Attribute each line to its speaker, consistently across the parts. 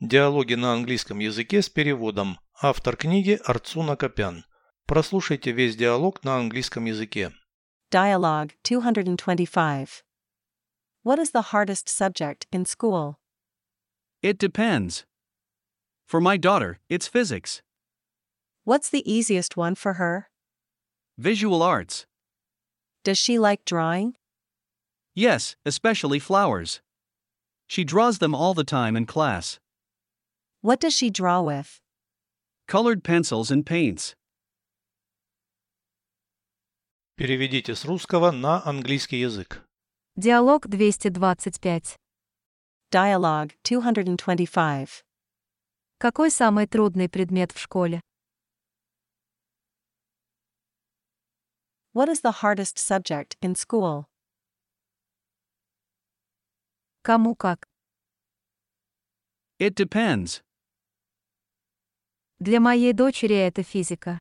Speaker 1: Диалоги на английском языке с переводом. Автор книги Арцуна Копян. Прослушайте весь диалог на английском языке.
Speaker 2: Dialogue 225. What is the hardest subject in school?
Speaker 3: It depends. For my daughter, it's physics,
Speaker 2: What's the easiest one for her?
Speaker 3: visual arts.
Speaker 2: Does she like drawing?
Speaker 3: Yes, especially flowers. She draws them all the time in class.
Speaker 2: What does she draw with?
Speaker 3: Colored pencils and paints.
Speaker 1: Переведите с русского на английский язык.
Speaker 4: Диалог 225.
Speaker 2: Dialogue 225.
Speaker 4: Какой самый трудный предмет в школе?
Speaker 2: What is the hardest subject in school?
Speaker 4: Кому как?
Speaker 3: It depends.
Speaker 4: Для моей дочери это физика.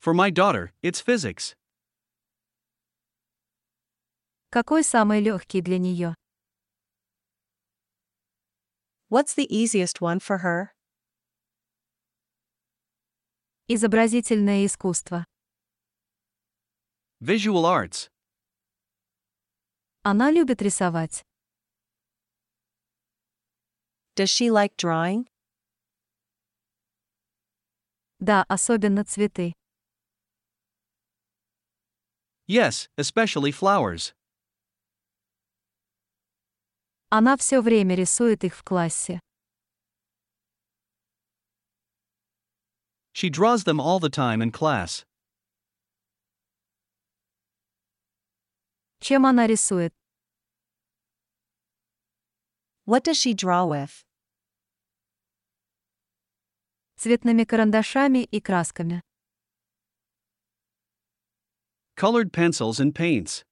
Speaker 3: For my daughter, it's physics.
Speaker 4: Какой самый легкий для нее?
Speaker 2: What's the easiest one for her?
Speaker 4: Изобразительное искусство.
Speaker 3: Visual arts.
Speaker 4: Она любит рисовать.
Speaker 2: Does she like drawing?
Speaker 4: Да, особенно цветы.
Speaker 3: Yes, especially flowers.
Speaker 4: Она все время рисует их в классе.
Speaker 3: She draws them all the time in class.
Speaker 4: Чем она рисует?
Speaker 2: What does she draw with?
Speaker 4: Цветными карандашами и красками.
Speaker 3: Colored pencils and paints.